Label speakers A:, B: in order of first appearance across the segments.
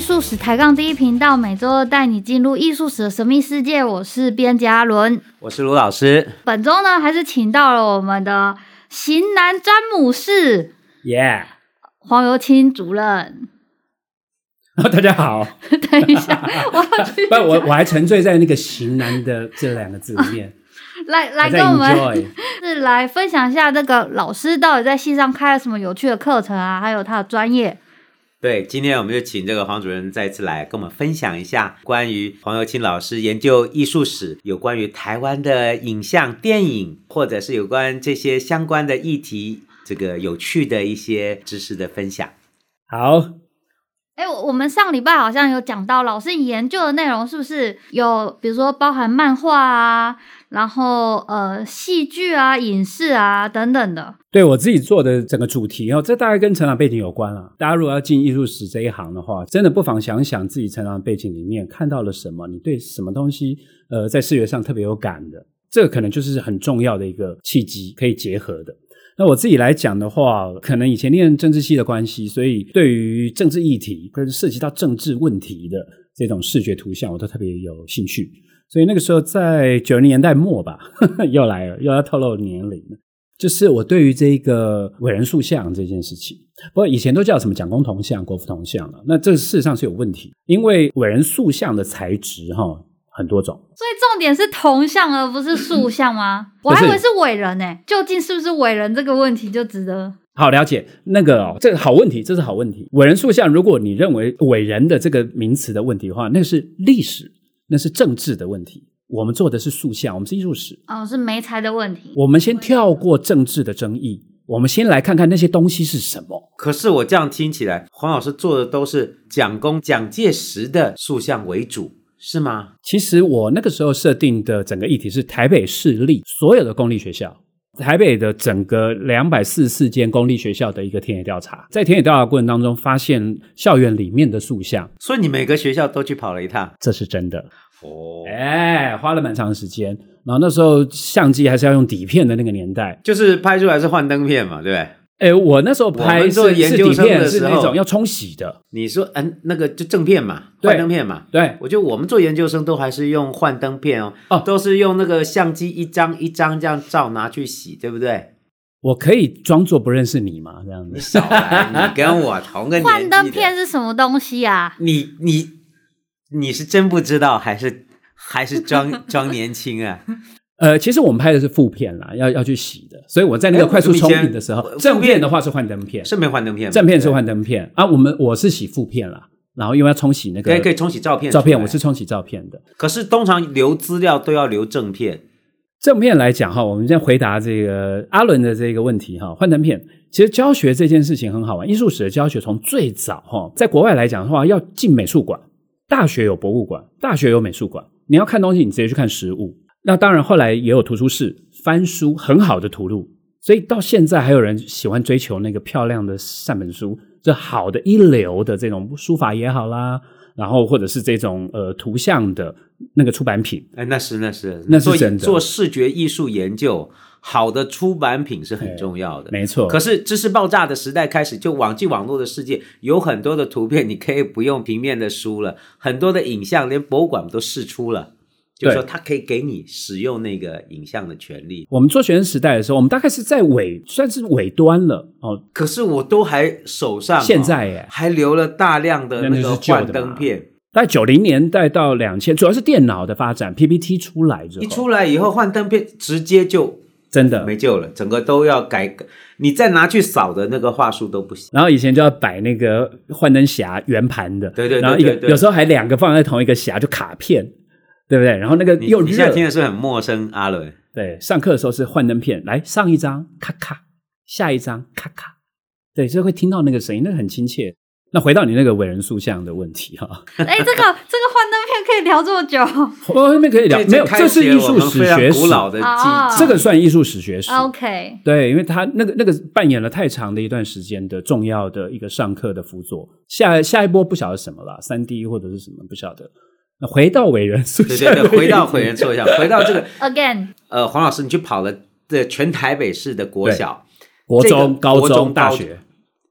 A: 术史抬杠第一频道，每周二带你进入艺术史的神秘世界。我是编辑阿伦，
B: 我是卢老师，
A: 本周呢还是请到了我们的型男詹姆士
C: 耶、
A: 黄尤清主任。
C: 哦大家好，
A: 等一 下，我要去
C: 不，我我还沉醉在那个“型男”的这两个字里 面，
A: 来哦来
C: 还在
A: 跟我们
C: enjoy。
A: 是来分享一下这个老师到底在系上开了什么有趣的课程啊，还有他的专业。
B: 对，今天我们就请这个黄主任再次来跟我们分享一下关于黄友清老师研究艺术史，有关于台湾的影像、电影，或者是有关这些相关的议题，这个有趣的一些知识的分享。
C: 好，
A: 哎，我我们上礼拜好像有讲到，老师你研究的内容是不是有，比如说包含漫画啊，然后呃戏剧啊、影视啊等等的。
C: 对我自己做的整个主题哦，这大概跟成长背景有关了。大家如果要进艺术史这一行的话，真的不妨想想自己成长背景里面看到了什么，你对什么东西，呃，在视觉上特别有感的，这个可能就是很重要的一个契机，可以结合的。那我自己来讲的话，可能以前念政治系的关系，所以对于政治议题跟涉及到政治问题的这种视觉图像，我都特别有兴趣。所以那个时候在九零年代末吧， 又来了，又要透露年龄了。就是我对于这个伟人塑像这件事情，不过以前都叫什么蒋公铜像、国父铜像了，啊那这事实上是有问题，因为伟人塑像的材质哈、很多种，
A: 所以重点是铜像而不是塑像 吗？我
C: 不
A: 还
C: 是
A: 以为是伟人呢、究竟是不是伟人这个问题就值得。
C: 好，了解那个哦，这个好问题，这是好问题。伟人塑像，如果你认为伟人的这个名词的问题的话，那是历史，那是政治的问题。我们做的是塑像，我们是艺术史。
A: 哦，是没才的问题。
C: 我们先跳过政治的争议，我们先来看看那些东西是什么。
B: 可是我这样听起来，黄老师做的都是蒋公、蒋介石的塑像为主，是吗？
C: 其实我那个时候设定的整个议题是台北市立所有的公立学校，台北的整个两百四十四间公立学校的一个田野调查，在田野调查过程当中，发现校园里面的塑像，
B: 所以你每个学校都去跑了一趟
C: 这是真的。
B: 哦
C: 哎，花了蛮长时间。然后那时候相机还是要用底片的那个年代。
B: 就是拍出来是幻灯片嘛，对不对？
C: 哎，我那时候
B: 我
C: 拍
B: 们做
C: 是
B: 研
C: 是
B: 究
C: 底
B: 生的
C: 片，
B: 时
C: 是
B: 候
C: 那种要冲洗的。
B: 你说，嗯、那个就正片嘛，
C: 对
B: 幻灯片嘛，
C: 对，
B: 我觉得我们做研究生都还是用幻灯片哦，
C: 哦
B: 都是用那个相机一张一张这样照拿去洗，对不对？
C: 我可以装作不认识你嘛，这样
B: 你
C: 子。
B: 少来，你跟我同个年纪的
A: 幻灯片，是什么东西啊呀、
B: 你你你是真不知道还是还是装 装年轻啊？
C: 呃，其实我们拍的是负片啦，要要去洗的。所以我在那个
B: 哎
C: 快速
B: 我
C: 冲
B: 们以
C: 印
B: 前
C: 的时候，
B: 呃
C: 正
B: 负片
C: 片的话是幻灯片，
B: 是没幻灯片吗？
C: 正片是幻灯片啊。我们我是洗负片啦，然后因为要冲洗那个
B: 可以可以冲洗照片出
C: 照
B: 来，
C: 片，我是冲洗照片的。
B: 可是通常留资料都要留正片，
C: 正面来讲哈，我们先回答这个阿伦的这个问题哈，幻灯片。其实教学这件事情很好玩，艺术史的教学从最早哈，在国外来讲的话，要进美术馆，大学有博物馆，大学有美术馆，你要看东西，你直接去看实物。那当然，后来也有图书室，翻书很好的图录，所以到现在还有人喜欢追求那个漂亮的善本书，这好的一流的这种书法也好啦，然后或者是这种呃图像的那个出版品，
B: 哎，那是那是
C: 那是
B: 做
C: 真的
B: 做视觉艺术研究，好的出版品是很
C: 哎
B: 重要的。
C: 没错。
B: 可是知识爆炸的时代开始，就网际网络的世界，有很多的图片，你可以不用平面的书了，很多的影像连博物馆都试出了，就
C: 对
B: 是说它可以给你使用那个影像的权利。
C: 我们做学生时代的时候，我们大概是在尾，算是尾端了哦。
B: 可是我都还手上哦、
C: 现在耶，
B: 还留了大量的那
C: 那就
B: 个
C: 是旧的嘛
B: 幻灯片，
C: 大概九零年代到两千，主要是电脑的发展，PPT 出来之后，
B: 一出来以后，幻灯片直接就
C: 真的
B: 没救了，整个都要改，你再拿去扫的那个话术都不行。
C: 然后以前就要摆那个幻灯匣圆盘的，
B: 对对对
C: 然后一
B: 对
C: 个
B: 对
C: 有时候还两个放在同一个匣，就卡片，对不对？然后那个
B: 你
C: 又
B: 你现在
C: 热，
B: 听的是很陌生，阿伦。
C: 对，上课的时候是幻灯片，来上一张咔咔，下一张咔咔，对，就会听到那个声音，那个很亲切。那回到你那个伟人塑像的问题哈、
A: 哎、这个这个幻灯片可以聊这么久
C: 我那边哦可以聊，没有，
B: 开
C: 这是
B: 启了
C: 艺
B: 我
C: 术
B: 们
C: 史
B: 非常
C: 学史
B: 古，老的记忆
A: 啊。
C: 这个算艺术史学史。
A: ？OK，
C: 对，因为他那个那个扮演了太长的一段时间的重要的一个上课的辅佐，下下一波不晓得什么啦，三 D 或者是什么不晓得。那回到伟人塑
B: 对
C: 像
B: 对
C: 的议题，
B: 对，回到回人做一下，回到这个
A: Again，
B: 呃，黄老师，你去跑了这全台北市的国小，
C: 国
B: 这个
C: 中、高
B: 国中
C: 中、大
B: 高
C: 学，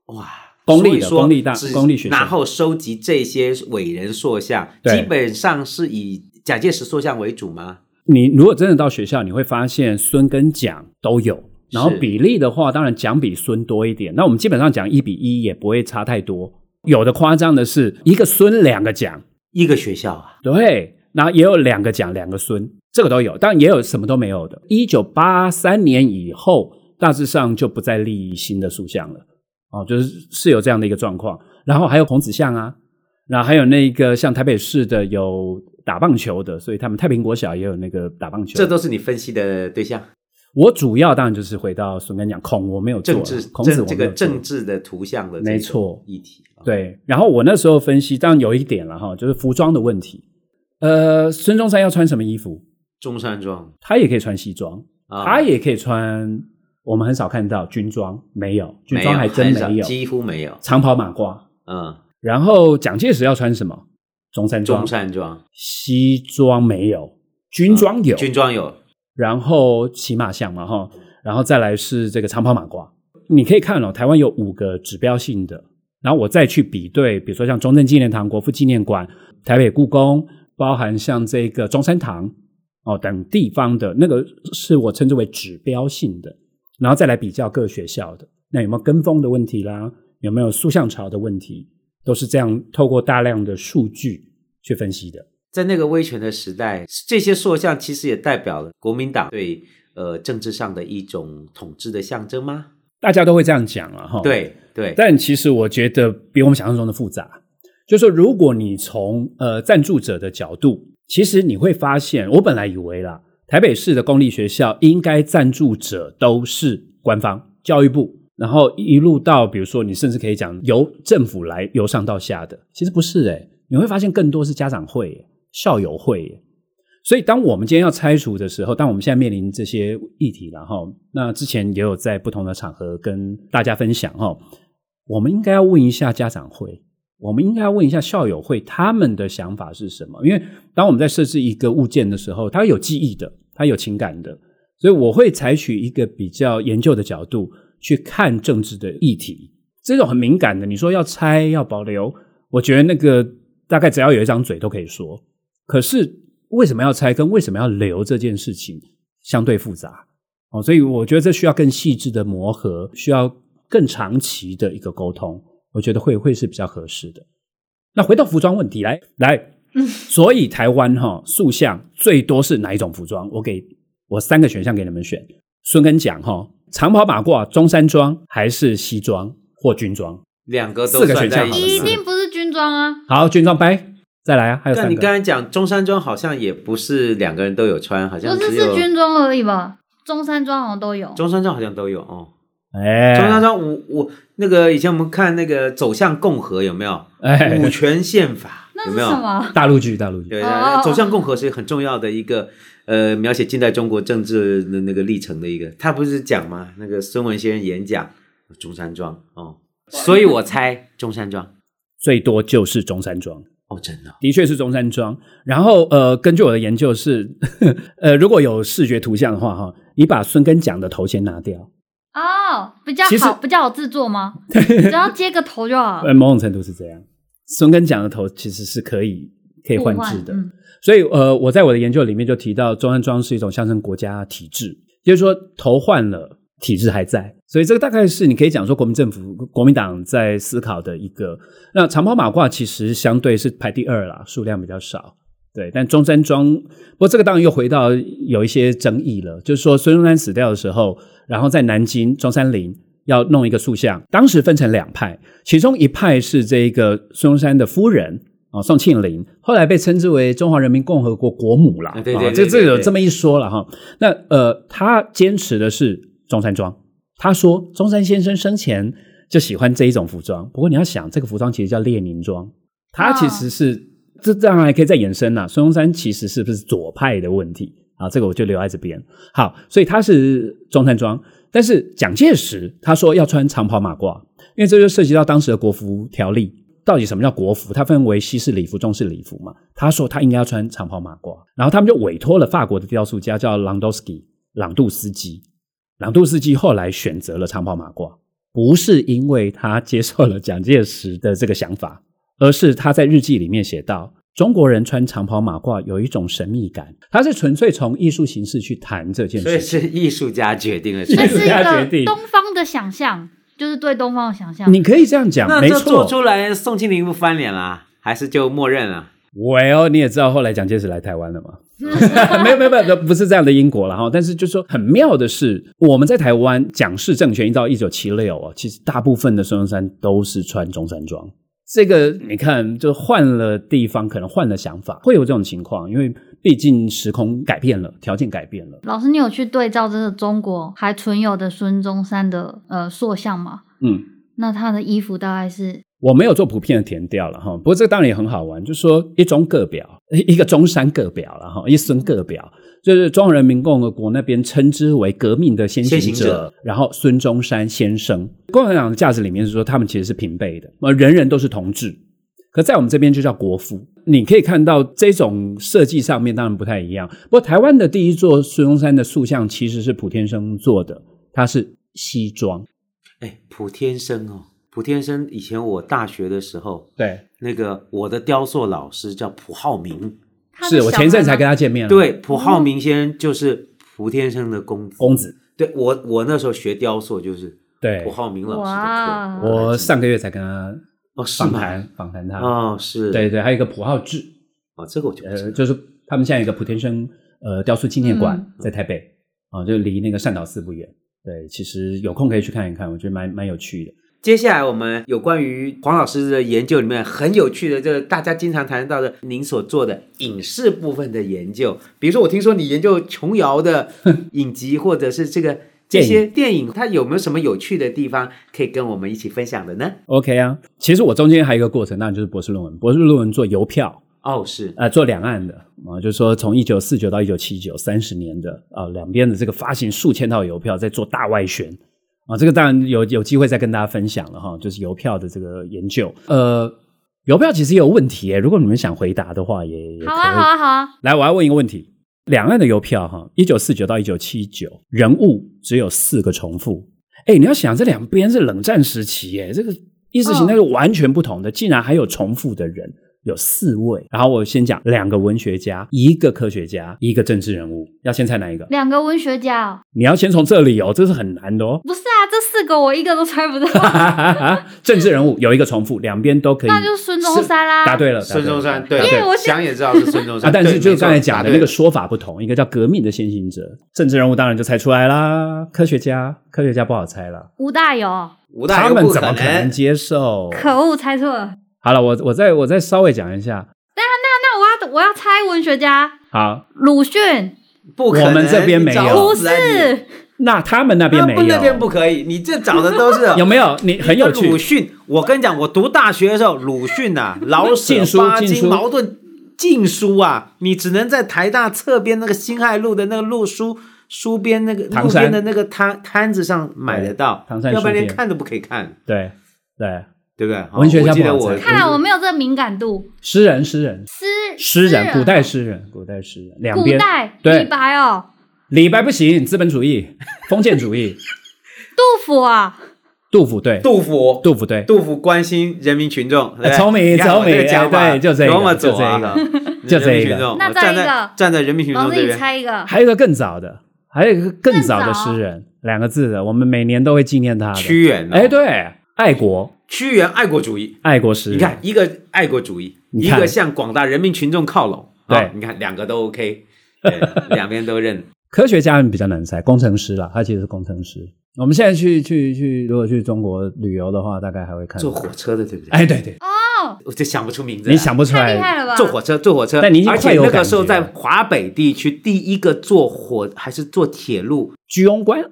B: 哇，
C: 公立
B: 所
C: 的
B: 以说
C: 公立大
B: 只
C: 公立学校
B: 然后收集这些伟人塑像，
C: 对
B: 基本上是以蒋介石塑像为主吗？
C: 你如果真的到学校，你会发现孙跟蒋都有。然后
B: 是
C: 比例的话，当然蒋比孙多一点。那我们基本上讲一比一也不会差太多。有的夸张的是一个孙两个蒋，
B: 一个学校啊，
C: 对，然后也有两个蒋两个孙，这个都有，但也有什么都没有的。一九八三年以后，大致上就不再立新的塑像了。哦，就是是有这样的一个状况。然后还有孔子像啊，然后还有那个像台北市的有打棒球的，所以他们太平国小也有那个打棒球。
B: 这都是你分析的对象，
C: 我主要当然就是回到孙根讲孔，我没有做
B: 政
C: 了
B: 治
C: 啊孔子
B: 政
C: 我
B: 这
C: 没
B: 个
C: 有做
B: 政治的图像的这
C: 没
B: 种
C: 错
B: 议题啊，
C: 对。然后我那时候分析，当然有一点了哈，就是服装的问题。呃，孙中山要穿什么衣服？
B: 中山装
C: 他也可以穿西装，
B: 啊，
C: 他也可以穿。我们很少看到军装，没有军
B: 没有
C: 装还真
B: 很少
C: 没有，
B: 几乎没有，
C: 长袍马褂。
B: 嗯，
C: 然后蒋介石要穿什么？中山装、
B: 中山装
C: 西装没有，军装有，
B: 军装有，
C: 然后骑马像嘛哈，然后再来是这个长袍马褂。你可以看哦，台湾有五个指标性的，然后我再去比对，比如说像中正纪念堂、国父纪念馆、台北故宫，包含像这个中山堂哦等地方的那个，是我称之为指标性的，然后再来比较各学校的，那有没有跟风的问题啦？有没有塑像潮的问题？都是这样透过大量的数据去分析的。
B: 在那个威权的时代，这些塑像其实也代表了国民党对呃政治上的一种统治的象征吗？
C: 大家都会这样讲了哈。。
B: 对对，
C: 但其实我觉得比我们想象中的复杂。就是说，如果你从呃赞助者的角度，其实你会发现，我本来以为啦，台北市的公立学校应该赞助者都是官方教育部，然后一路到比如说你甚至可以讲由政府来由上到下的，其实不是诶、欸你会发现更多是家长会、欸校友会、欸所以，当我们今天要拆除的时候，当我们现在面临这些议题，然后那之前也有在不同的场合跟大家分享哈，我们应该要问一下家长会，我们应该要问一下校友会，他们的想法是什么？因为当我们在设置一个物件的时候，它有记忆的，它有情感的，所以我会采取一个比较研究的角度去看政治的议题，这种很敏感的，你说要拆要保留，我觉得那个大概只要有一张嘴都可以说。可是为什么要拆跟为什么要留这件事情相对复杂哦，所以我觉得这需要更细致的磨合，需要更长期的一个沟通，我觉得会会是比较合适的。那回到服装问题来来，
A: 嗯
C: 所以台湾哈、塑像最多是哪一种服装？我给我三个选项给你们选，孙根讲哈、长袍马褂、中山装还是西装或军装？
B: 两个
C: 四
B: 都
C: 个
B: 算
C: 选
B: 在
C: 项好了
B: 起
A: 一
C: 是
A: 定不是军装啊，
C: 好，军装掰，再来啊，还有
B: 但
C: 三
B: 你刚
C: 个。
B: 才讲中山装好像也不是两个人都有穿，好
A: 不
B: 像
A: 是
B: 只
A: 是
B: 有
A: 军装而已吧？中山装好像都有。
B: 中山装好像都有哦。
C: 哎，
B: 中山装我我那个以前我们看那个走向共和有没有？
C: 哎，
B: 五权宪法
A: 那
B: 有
A: 是
B: 没
A: 什
B: 有？
A: 么？
C: 大陆剧，大陆剧。
B: 对，呃
A: 哦
B: 走向共和是很重要的一个呃，描写近代中国政治的那个历程的一个。他不是讲吗？那个孙文先生演讲中山装哦，所以我猜中山装
C: 最多就是中山装，
B: 哦，真的
C: 的确是中山装。然后呃，根据我的研究是， 呃，如果有视觉图像的话，哈，你把孙根奖的头先拿掉，
A: 哦，比较
C: 其实
A: 好，比较好制作吗？只要接个头就好
C: 呃，
A: 了，
C: 某种程度是这样。孙根奖的头其实是可以可以换
A: 置
C: 置的， 所以呃，我在我的研究里面就提到，中山装是一种象征国家体制，也就是说头换了，体制还在。所以这个大概是你可以讲说国民政府、国民党在思考的一个。那长袍马褂其实相对是排第二啦，数量比较少。对，但中山装，不过这个当然又回到有一些争议了，就是说孙中山死掉的时候，然后在南京中山陵要弄一个塑像，当时分成两派，其中一派是这个孙中山的夫人啊、哦、宋庆龄，后来被称之为中华人民共和国国母啦，
B: 啊对对
C: 啊
B: 对
C: 这这
B: 对
C: 有
B: 对
C: 这么一说了哈。那呃，他坚持的是中山装，他说中山先生生前就喜欢这一种服装，不过你要想，这个服装其实叫列宁装。他其实是、这当然还可以再延伸啦。孙中山其实是不是左派的问题啊？这个我就留在这边。好，所以他是中山装，但是蒋介石他说要穿长袍马褂，因为这就涉及到当时的国服条例。到底什么叫国服？它分为西式礼服、中式礼服嘛。他说他应该要穿长袍马褂，然后他们就委托了法国的雕塑家叫朗多斯基，朗杜斯基。朗杜斯基后来选择了长袍马褂，不是因为他接受了蒋介石的这个想法，而是他在日记里面写道：“中国人穿长袍马褂有一种神秘感。”他是纯粹从艺术形式去谈这件
B: 所以
C: 事情。
B: 是艺术家决定了这
A: 这
B: 个
C: 对
A: 是
C: 对他决
A: 一个
C: 定
A: 东方的想象，就是对东方的想象。
C: 你可以这样讲，
B: 那
C: 没
B: 这做
C: 错。
B: 出来，宋庆龄不翻脸啦，还是就默认了？
C: Well，你也哦知道后来蒋介石来台湾了嘛？ 没有没有没有，不是这样的因果了哈。但是就说很妙的是，我们在台湾蒋氏政权一直到一九七六啊，其实大部分的孙中山都是穿中山装。这个你看，就换了地方，可能换了想法，会有这种情况，因为毕竟时空改变了，条件改变了。
A: 老师，你有去对照这个中国还存有的孙中山的呃塑像吗？
C: 嗯，
A: 那他的衣服大概是
C: 我没有做普遍的填调了哈，不过这当然也很好玩，就说一中各表，一个中山各表了哈，一孙各表，就是中华人民共和国那边称之为革命的先行者，
B: 先行者
C: 然后孙中山先生，共产党的价值里面是说他们其实是平辈的，呃，人人都是同志，可在我们这边就叫国父。你可以看到这种设计上面当然不太一样，不过台湾的第一座孙中山的塑像其实是普天生做的，它是西装，
B: 哎，普天生哦，普天生，以前我大学的时候，
C: 对，
B: 那个我的雕塑老师叫普浩明，
A: 他的
C: 是我前一阵才跟
A: 他
C: 他见面了，，
B: 对，普浩明先生就是普天生的公子。
C: 公子。
B: 对我，我那时候学雕塑就是
C: 对
B: 普，浩明老
A: 哇
B: 师的课。
C: 我
B: 还记得
C: 上个月才跟他
B: 哦是
C: 访
B: 吗？
C: 谈访谈他，
B: 哦是，
C: 对对，还有一个普浩志，
B: 哦这个我就不知道。
C: 呃，就是他们现在有一个普天生呃雕塑纪念馆
A: 嗯
C: 在台北啊、就离那个善导寺不远。对，其实有空可以去看一看，我觉得蛮蛮有趣的。
B: 接下来我们有关于黄老师的研究里面很有趣的，这个大家经常谈到的，您所做的影视部分的研究，比如说我听说你研究琼瑶的 影集，或者是这个这些电影，它有没有什么有趣的地方可以跟我们一起分享的呢？
C: OK 啊，其实我中间还有一个过程，当然就是博士论文，博士论文做邮票，
B: 哦是，
C: 呃，做两岸的啊、就是说从一九四九到一九七九三十年的啊、两边的这个发行数千套邮票，在做大外宣啊、这个当然有有机会再跟大家分享了哈，就是邮票的这个研究。呃，邮票其实也有问题耶，如果你们想回答的话也，也可以。
A: 好啊好啊好啊，
C: 来，我要问一个问题：两岸的邮票哈，一九四九到一九七九，人物只有四个重复。哎，你要想，这两边是冷战时期耶，这个意识
A: 嗯
C: 形态是完全不同的，竟然还有重复的人，有四位。然后我先讲两个文学家，一个科学家，一个政治人物，要先猜哪一个？
A: 两个文学家、哦，
C: 你要先从这里哦，这是很难的哦。
A: 不是啊，这四个我一个都猜不到，
C: 政治人物有一个重复，两边都可以。
A: 那就是孙中山啦、
C: 答对了，
B: 孙中山，
C: 答啊对
B: 对
C: 了，
A: 因为我
B: 想也知道是孙中
C: 啊，
B: 山，
C: 但是
B: 对
C: 就
B: 没错
C: 刚才讲的
B: 答对
C: 那个说法不同，一个叫革命的先行者，政治人物当然就猜出来啦。科学家，科学家不好猜了，
A: 吴大
C: 哦
A: 有，
B: 吴大
C: 他
B: 有
C: 们
B: 不
C: 怎么可能
B: 能？
C: 接受？
A: 可恶，猜错了。
C: 好了，我我再我再稍微讲一下。
A: 那我要我要猜文学家
C: 好，
A: 鲁迅，
B: 不可能，
C: 我们这边
B: 你
C: 没有
B: 找
A: 不
B: 死啊你
A: 是，
C: 那他们那边没
B: 那不那边
C: 有，
B: 不可以，你这找的都是
C: 有没有？你很有趣
B: 鲁。迅，我跟你讲，我读大学的时候，鲁迅 啊，老舍
C: 禁、书
B: 巴
C: 禁
B: 金、
C: 书
B: 茅盾、禁书啊，你只能在台大侧边那个辛亥路的那个路书书边那个
C: 唐
B: 路
C: 山
B: 边的那个摊摊子上买得到，
C: 唐山
B: 要不然
C: 书
B: 连
C: 店
B: 看都不可以看，
C: 对对，
B: 对不对？好
C: 文学家
B: 我记得
C: 不好
B: 我
C: 猜
A: 看来我没有这个敏感度。
C: 诗人，诗人，
A: 诗
C: 诗人，古代
A: 诗
C: 诗人，古代诗人，
A: 人
C: 两
A: 古
C: 边
A: 代李
C: 对，
A: 白哦，
C: 李白不行，资本主义、封建 主义，
A: 杜甫啊，
C: 杜甫对，
B: 杜甫，
C: 杜甫对，
B: 杜甫关心人民群众，对不对
C: 哎聪明
B: 你看我
C: 聪明
B: 这个讲法
C: 哎对就这一个
B: 多么左啊
C: 就
B: 人
C: 就这
B: 民
C: 一个
B: 群众
A: 那
B: 我
A: 再一
B: 站
A: 个
B: 在站在人民群
A: 老
B: 众
A: 师
B: 这
A: 你
B: 边，
A: 猜一个，
C: 还有一个更早的，还有一个更早的
A: 更早
C: 诗人，两个字的，我们每年都会纪念他的。
B: 屈原哦，
C: 哎，对，爱国，
B: 屈原爱国主义，
C: 爱国诗人。
B: 你看，，一个爱国主义，
C: 你
B: 一
C: 看
B: 个向广大人民群众靠拢。
C: 对
B: 啊你看两个都 OK，对两边都认。
C: 科学家比较难猜，工程师啦，他其实是工程师。我们现在去去去，如果去中国旅游的话，大概还会看
B: 坐火。车的对不对？
C: 哎，对对，
B: 我就想不出名字来。啊
C: 你想不出
A: 太厉害
C: 来，
A: 了吧？
B: 坐火车，坐火车。
C: 但你已经
B: 而
C: 快
B: 且
C: 有
B: 那
C: 感
B: 个时候
C: 觉
B: 在
C: 了
B: 华北地区第一个坐火还是坐铁路？
C: 居庸关，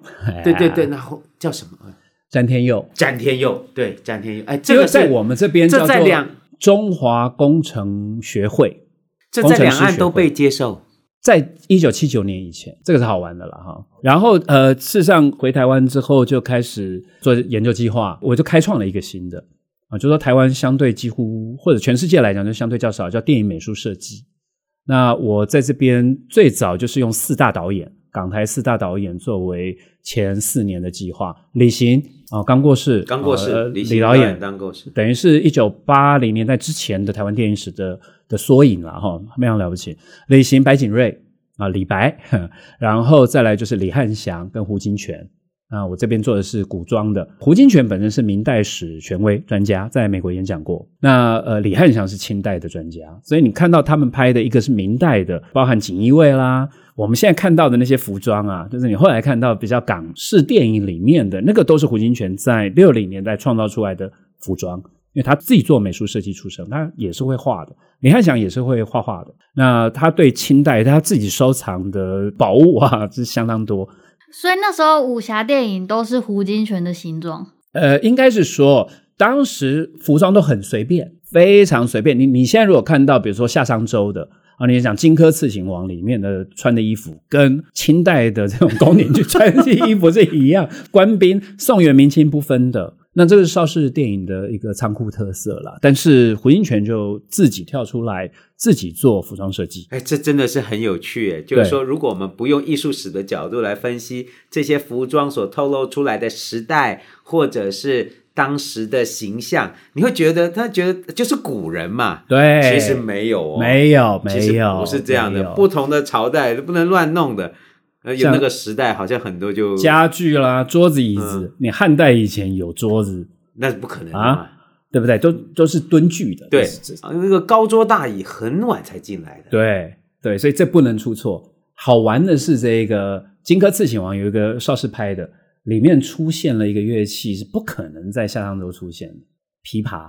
B: 对对对，
C: 哎，
B: 然后叫什么？
C: 詹天佑，
B: 詹天佑，对，詹天佑。哎，这
C: 因为
B: 个
C: 在
B: 是
C: 我们这边
B: 这
C: 叫
B: 在
C: 做
B: 两
C: 中华工程学会，
B: 这
C: 工
B: 在
C: 程
B: 两
C: 师
B: 岸
C: 学
B: 都
C: 会
B: 被接受。
C: 在一九七九年以前，这个是好玩的了哈。然后呃，事实上回台湾之后就开始做研究计划，我就开创了一个新的啊，就说台湾相对几乎或者全世界来讲就相对较少，叫电影美术设计。那我在这边最早就是用四大导演，港台四大导演作为前四年的计划，李行、啊，刚过世，
B: 刚过世，
C: 呃
B: 行
C: 李导演
B: 刚过世，
C: 等于是一九八零年代之前的台湾电影史的的缩影了哈，非常了不起。李行、白景瑞啊、李白，呵然后再来就是李汉祥跟胡金铨。啊，我这边做的是古装的。胡金铨本身是明代史权威专家，在美国演讲过。那呃，李汉祥是清代的专家，所以你看到他们拍的一个是明代的，包含锦衣卫啦，我们现在看到的那些服装啊，就是你后来看到比较港式电影里面的那个，都是胡金铨在六零年代创造出来的服装，因为他自己做美术设计出身，他也是会画的。李汉祥也是会画画的，那他对清代他自己收藏的宝物啊，是相当多。
A: 所以那时候武侠电影都是胡金铨的形状。
C: 呃，应该是说当时服装都很随便，非常随便。你你现在如果看到，比如说夏商周的。啊，你讲《荆轲刺秦王》里面的穿的衣服，跟清代的这种宫廷去穿的衣服是一样，官兵宋元明清不分的。那这个是邵氏电影的一个仓库特色啦。但是胡金铨就自己跳出来，自己做服装设计。
B: 哎，这真的是很有趣耶！就是说，如果我们不用艺术史的角度来分析这些服装所透露出来的时代，或者是当时的形象，你会觉得他觉得就是古人嘛？
C: 对，
B: 其实没有哦，
C: 哎没有，
B: 其
C: 没
B: 实
C: 有，
B: 不是这样
C: 没
B: 的。
C: 有
B: 不同的朝代不能乱弄的。呃，有
C: 像
B: 那个时代好像很多就
C: 家具啦、桌子、椅子，
B: 嗯
C: 你汉代以前有桌子，
B: 那是不可能的
C: 啊
B: 嘛。
C: 对不对？都都是蹲踞的，
B: 对
C: 都是这
B: 啊那个高桌大椅很晚才进来的。
C: 对对，所以这不能出错。好玩的是这个《荆轲刺秦王》有一个邵氏拍的，里面出现了一个乐器是不可能在夏商周出现的，琵琶。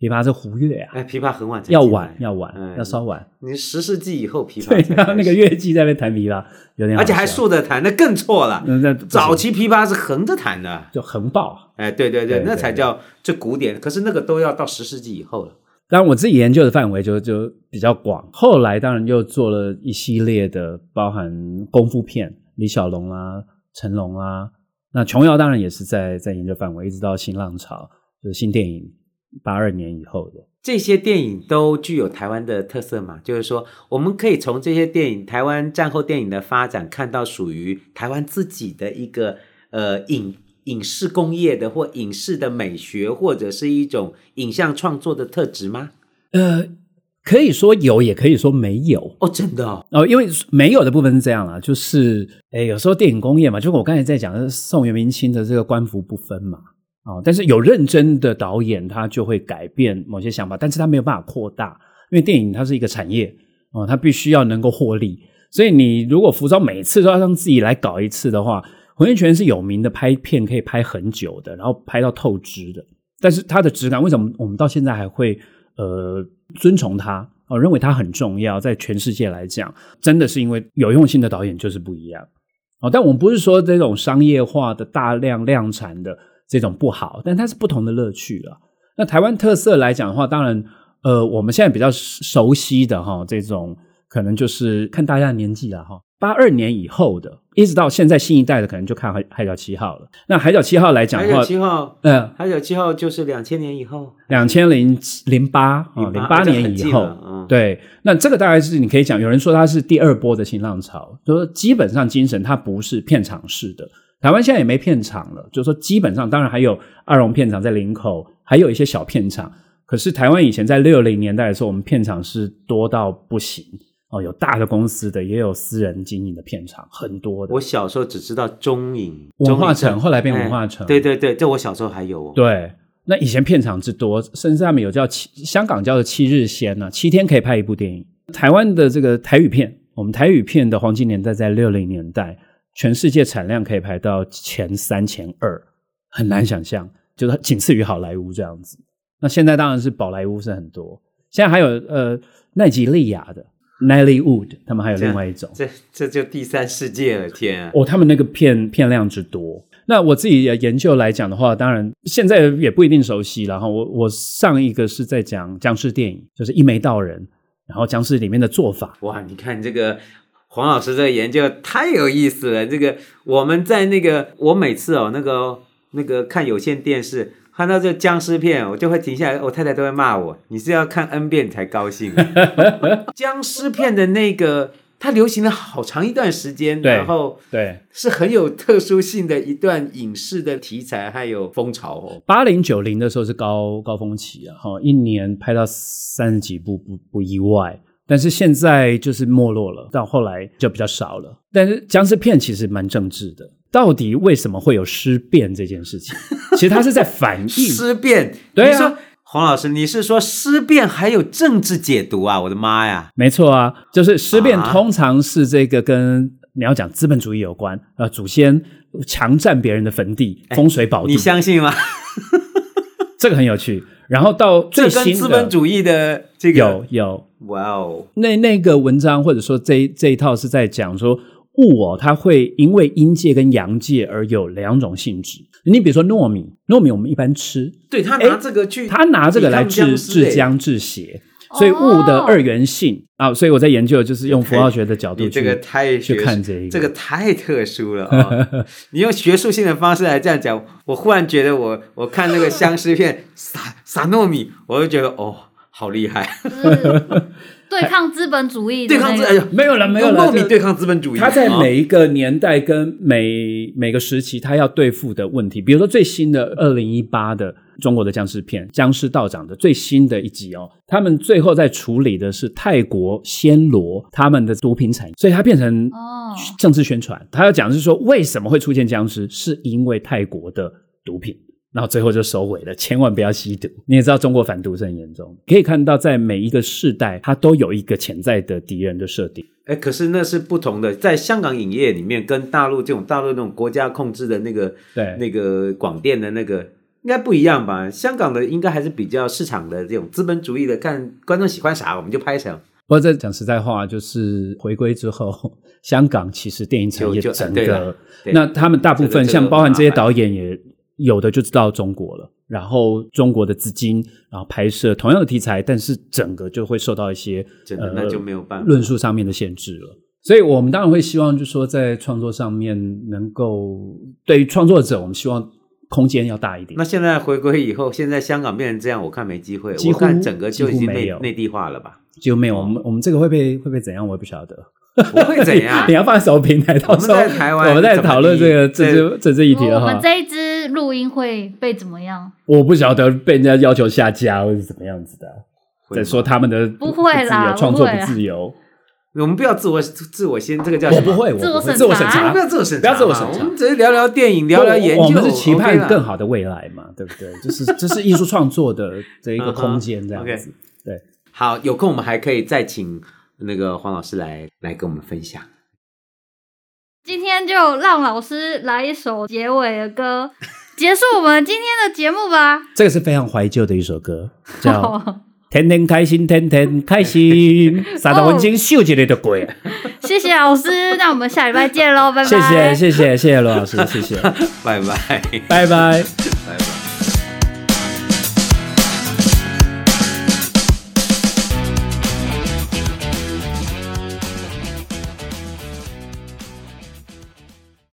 C: 琵琶是胡乐啊，
B: 哎，琵琶很晚才
C: 要
B: 进来
C: 晚要晚、
B: 嗯
C: 要稍晚。
B: 你十世纪以后琵琶
C: 对，啊
B: 才
C: 然后那
B: 开
C: 个
B: 始
C: 乐器在那边弹琵琶，有点好
B: 而且还
C: 笑
B: 竖着弹，那更错了。
C: 嗯那
B: 早期琵琶是横着弹的，
C: 就横抱。
B: 哎，对对对，
C: 对对
B: 那才叫这古典。可是那个都要到十世纪以后了。
C: 当然，我自己研究的范围就就比较广。后来当然又做了一系列的，包含功夫片，李小龙啦、成龙啦。那琼瑶当然也是在在研究范围，一直到新浪潮，就是新电影八二年以后的。
B: 这些电影都具有台湾的特色嘛，就是说，我们可以从这些电影，台湾战后电影的发展，看到属于台湾自己的一个呃影影视工业的或影视的美学，或者是一种影像创作的特质吗？
C: 呃，可以说有，也可以说没有。
B: 哦，真的哦，
C: 哦，因为没有的部分是这样啦，就是诶，有时候电影工业嘛，就跟我刚才在讲的宋元明清的这个官服不分嘛，哦，但是有认真的导演，他就会改变某些想法，但是他没有办法扩大，因为电影它是一个产业哦，它必须要能够获利，所以你如果服装每次都要让自己来搞一次的话，火焰拳是有名的拍片可以拍很久的，然后拍到透支的，但是它的质感为什么我们到现在还会呃尊崇它？哦，认为它很重要，在全世界来讲，真的是因为有用心的导演就是不一样哦。但我们不是说这种商业化的大量量产的这种不好，但它是不同的乐趣了、那台湾特色来讲的话，当然，呃，我们现在比较熟悉的哈，这种可能就是看大家的年纪了哈。八二年以后的，一直到现在新一代的，可能就看海《海角七号》了。那《海角七号》来讲
B: 海
C: 的
B: 角
C: 话，
B: 七号，
C: 嗯，
B: 海角七号就是两千年以后，
C: 两千零零八啊，零八
B: 08
C: 年以后，，
B: 对，
C: 对，那这个大概是你可以讲，有人说它是第二波的新浪潮，就是说基本上精神它不是片场式的，台湾现在也没片场了，就是说基本上当然还有二龙片场在林口，还有一些小片场，可是台湾以前在六零年代的时候，我们片场是多到不行哦，有大的公司的，也有私人经营的片场，很多的
B: 我。小时候只知道中影
C: 文化
B: 中影
C: 城后来变文化城，
B: 哎对对对，这我小时候还有哦。
C: 对，那以前片场之多，甚至他们有叫七，香港叫做七日仙呢、七天可以拍一部电影。台湾的这个台语片，我们台语片的黄金年代在六零年代，全世界产量可以排到前三、前二，很难想象，就是仅次于好莱坞这样子。那现在当然是宝莱坞是很多，现在还有呃奈及利亚的 Nollywood，他们还有另外一种。
B: 这这就第三世界了，天、啊！
C: 哦，他们那个片片量之多。那我自己也研究来讲的话，当然现在也不一定熟悉了哈。我我上一个是在讲僵尸电影，就是一眉道人，然后僵尸里面的做法，
B: 哇，你看这个黄老师这个研究太有意思了。这个我们在那个，我每次哦，那个那个看有线电视，看到这僵尸片，我就会停下来，我太太都会 骂我，你是要看 N 遍才高兴啊、僵尸片的那个。它流行了好长一段时间，
C: 对
B: 然后
C: 对，
B: 是很有特殊性的一段影视的题材还有风潮哦。
C: 八零九零的时候是高高峰期啊，哈，一年拍到三十几部不不意外。但是现在就是没落了，到后来就比较少了。但是僵尸片其实蛮政治的，到底为什么会有尸变这件事情？其实它是在反映
B: 尸变，
C: 对啊
B: 你说黄老师，你是说尸变还有政治解读啊？我的妈呀！
C: 没错啊，就是尸变
B: 啊
C: 通常是这个跟你要讲资本主义有关，呃，祖先强占别人的坟地，风水宝地
B: 哎你，相信吗？
C: 这个很有趣。然后到
B: 这
C: 最新
B: 跟
C: 的
B: 资本主义的这个
C: 有有
B: 哇哦，
C: 那那个文章或者说这一这一套是在讲说物哦，它会因为阴界跟阳界而有两种性质。你比如说糯米，糯米我们一般吃，
B: 对他
C: 哎
B: 拿这个去，
C: 他拿这个来治治
B: 僵。
C: 僵治邪，所以
B: 哦
C: 物的二元性、啊，所以我在研究就是用符号学的角度
B: 哎你
C: 去
B: 这个太学
C: 去
B: 术
C: 看这一个
B: 这个太特殊了啊、 你用学术性的方式来这样讲，我忽然觉得我我看那个僵尸片 撒撒糯米，我就觉得哦，好厉害，
A: 就是对抗资本主义的
B: 对
A: 那
B: 抗
A: 个，
B: 资，哎呦，
C: 没有了没有
B: 用
C: 了，
B: 糯米
C: 这
B: 对抗资本主义，
C: 他在
B: 啊
C: 每一个年代跟每每个时期，他要对付的问题，比如说最新的二零一八的中国的僵尸片《僵尸道长》的最新的一集哦，他们最后在处理的是泰国暹罗他们的毒品产业，所以它变成
A: 哦
C: 政治宣传。他要讲的是说为什么会出现僵尸，是因为泰国的毒品。然后最后就收尾了，千万不要吸毒。你也知道中国反毒是很严重，可以看到在每一个世代，它都有一个潜在的敌人的设定。
B: 哎，可是那是不同的，在香港影业里面，跟大陆这种大陆那种国家控制的那个
C: 对
B: 那个广电的那个应该不一样吧？香港的应该还是比较市场的这种资本主义的，看观众喜欢啥我们就拍什么，
C: 不过这讲实在话，就是回归之后， 香港其实电影产业
B: 就就
C: 整
B: 对
C: 个
B: 了，对
C: 那他们大部
B: 这
C: 分
B: 个
C: 像包含这些
B: 这个很麻
C: 导演也有的就知道中国了，然后中国的资金，然后拍摄同样的题材，但是整个就会受到一些
B: 真的
C: 呃
B: 那就没有办法
C: 论述上面的限制了。所以我们当然会希望，就是说在创作上面能够对于创作者，我们希望空间要大一点
B: 那。现在回归以后，现在香港变成这样，我看没机会，
C: 几乎
B: 我看整个就已
C: 几
B: 经
C: 乎没
B: 内
C: 有
B: 内地化了 吧？
C: 就没有我们我们这个会被会被怎样，我也不晓得。
B: 不会怎样
C: 你？要放什么平台？到时候
B: 我们在台湾
C: 我们在讨论这个
B: 怎
C: 这
B: 么
C: 这这这议题
A: 我
C: 了
A: 们
C: 哈。
A: 这一支录音会被怎么样？
C: 我不晓得被人家要求下架或是怎么样子的，
B: 会吗
C: 在说他们的
A: 不会啊啦
C: 自由创作
A: 不会
C: 不
A: 啦
C: 自由。
B: 我们不要自我自我先这个叫
C: 我
B: 什
C: 不
B: 么？
C: 会，我
A: 自我
C: 不会
A: 审
C: 自我
A: 查
C: 审
B: 我们
C: 查
B: 不。要自我审查嘛，
C: 不要自我审查
B: 我们只是聊聊电影，聊聊研究。
C: 我我们是期
B: OK 啦
C: 盼更好的未来嘛，对不对？ 就是这是艺术创作的这一个
B: 嗯哼
C: 空间这样 子。
B: 好，有空我们还可以再请那个黄老师来来跟我们分享。
A: 今天就让老师来一首结尾的歌，结束我们今天的节目吧。
C: 这个是非常怀旧的一 首歌，叫《天天开心，天天开心》， 三十分
A: 哦
C: 钟秀一个就过了。
A: 谢谢老师，那我们下礼拜见喽，拜拜。
C: 谢谢，谢谢，谢谢罗老师，谢谢，
B: 拜拜，拜
C: 拜拜。
B: 拜。